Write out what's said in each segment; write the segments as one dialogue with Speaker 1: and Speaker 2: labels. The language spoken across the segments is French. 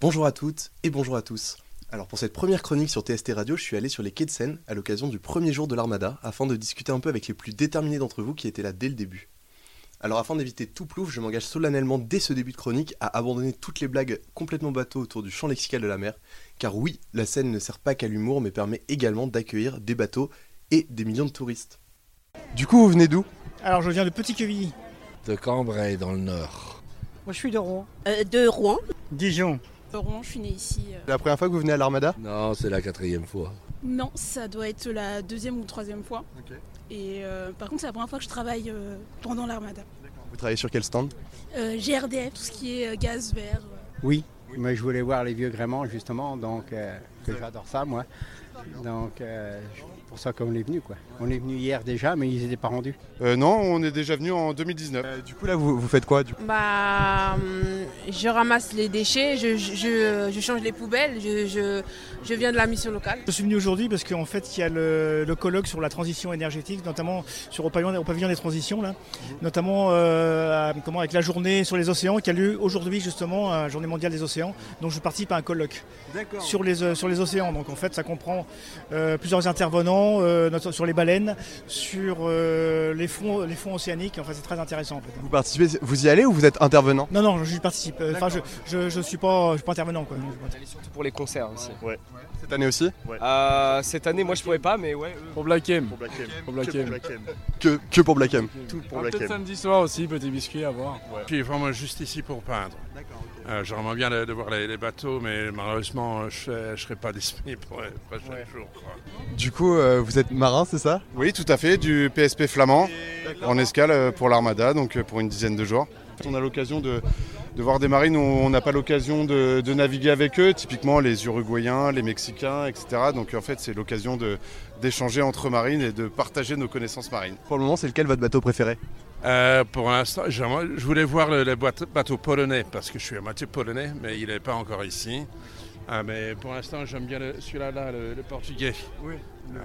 Speaker 1: Bonjour à toutes et bonjour à tous. Alors pour cette première chronique sur TST Radio, je suis allé sur les quais de Seine à l'occasion du premier jour de l'Armada afin de discuter un peu avec les plus déterminés d'entre vous qui étaient là dès le début. Alors afin d'éviter tout plouf, je m'engage solennellement dès ce début de chronique à abandonner toutes les blagues complètement bateaux autour du champ lexical de la mer, car oui, la Seine ne sert pas qu'à l'humour mais permet également d'accueillir des bateaux et des millions de touristes. Du coup, vous venez d'où
Speaker 2: Alors je viens de Petit Quevilly,
Speaker 3: De Cambrai, dans le nord.
Speaker 4: Moi, je suis de Rouen.
Speaker 5: Euh, de Rouen.
Speaker 2: Dijon.
Speaker 6: De Rouen, je suis née ici. euh.
Speaker 1: La première fois que vous venez à l'Armada
Speaker 3: Non, c'est la quatrième fois.
Speaker 6: Non, ça doit être la deuxième ou troisième fois. Et euh, par contre, c'est la première fois que je travaille euh, pendant l'armada.
Speaker 1: Vous travaillez sur quel stand
Speaker 6: Euh, GRDF, tout ce qui est euh, gaz vert. euh.
Speaker 7: Oui, mais je voulais voir les vieux gréments justement, donc euh, que j'adore ça moi. Donc euh, c'est pour ça qu'on est venu quoi. On est venu hier déjà, mais ils n'étaient pas rendus.
Speaker 8: Euh, non, on est déjà venu en 2019.
Speaker 1: Euh, Du coup là, vous, vous faites quoi du coup
Speaker 9: Bah, hum, je ramasse les déchets, je, je- je- je change les poubelles, je, je- je viens de la mission locale.
Speaker 2: Je suis venu aujourd'hui parce qu'en fait, il y a le, le colloque sur la transition énergétique, notamment sur au pavillon, au pavillon des transitions, là, notamment euh, à- comment, avec la journée sur les océans qui a lieu aujourd'hui, justement, à la journée mondiale des océans. Donc, je participe à un colloque sur les, euh, sur les océans. Donc, en fait, ça comprend euh, plusieurs intervenants euh, notamment sur les baleines, sur euh, les, fonds, les fonds océaniques. Enfin, c'est très intéressant. en fait.
Speaker 1: Vous participez, vous y allez ou vous êtes intervenant
Speaker 2: Non, non, je participe. euh, Enfin, je je, je suis pas, je suis pas intervenant. Quoi.
Speaker 10: pour les concerts aussi.
Speaker 1: Cette année aussi
Speaker 10: Euh, cette année, moi je pouvais pas, mais ouais.
Speaker 11: Pour Black M. Pour Black M. Pour Black M.
Speaker 1: que, que pour Black M.
Speaker 11: Tout pour Black Peut-être samedi soir aussi, petit biscuit à voir.
Speaker 8: Puis vraiment juste ici pour peindre. Euh, J'aimerais bien de, de voir les, les bateaux, mais malheureusement, je ne serai pas disponible pour les prochains jours. quoi.
Speaker 1: Du coup, euh, vous êtes marin, c'est ça
Speaker 8: Oui, tout à fait, du PSP flamand en escale euh, pour l'Armada, donc euh, pour une dizaine de jours. On a l'occasion de, de voir des marines où on n'a pas l'occasion de, de naviguer avec eux, typiquement les Uruguayens, les Mexicains, etc. Donc en fait, c'est l'occasion de- d'échanger entre marines et de partager nos connaissances marines.
Speaker 1: Pour le moment, c'est lequel votre bateau préféré
Speaker 8: Euh, pour l'instant, j'aimerais- je voulais voir le, le boite- bateau polonais parce que je suis à moitié polonais, mais il n'est pas encore ici. Ah, mais pour l'instant, j'aime bien le- celui-là, là, le, le portugais.
Speaker 1: Oui.
Speaker 8: Euh,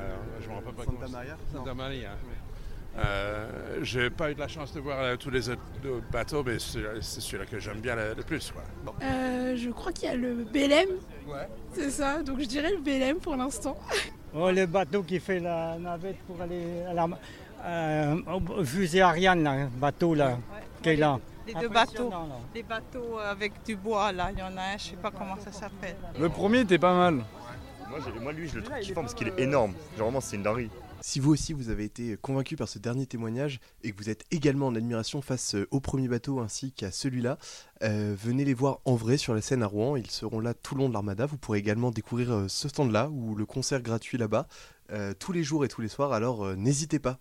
Speaker 8: je me rappelle pas comment c'est. Santa Maria. Euh, J'ai pas eu de la chance de voir euh, tous les autres autres bateaux, mais celui-là- c'est celui-là que j'aime bien le, le plus. quoi.
Speaker 6: Euh, je crois qu'il y a le BLM. C'est ça, donc je dirais le BLM pour l'instant.
Speaker 2: Oh, le bateau qui fait la navette pour aller à la euh, au- au fusée Ariane, là, le bateau là, qui est là.
Speaker 5: Les deux bateaux.
Speaker 2: Impressionnant, là.
Speaker 5: Les bateaux avec du bois, là, il y en a un, je sais pas comment ça s'appelle.
Speaker 11: Le premier était pas mal.
Speaker 12: Moi, j'ai- moi, lui, je le trouve kiffant parce qu'il est
Speaker 5: hein.
Speaker 12: énorme. Genre, vraiment, c'est une dinguerie.
Speaker 1: Si vous aussi vous avez été convaincu par ce dernier témoignage et que vous êtes également en admiration face euh, au premier bateau ainsi qu'à celui-là, euh, venez les voir en vrai sur la scène à Rouen. Ils seront là tout le long de l'armada. Vous pourrez également découvrir euh, ce stand-là ou le concert gratuit là-bas euh, tous les jours et tous les soirs. Alors euh, n'hésitez pas.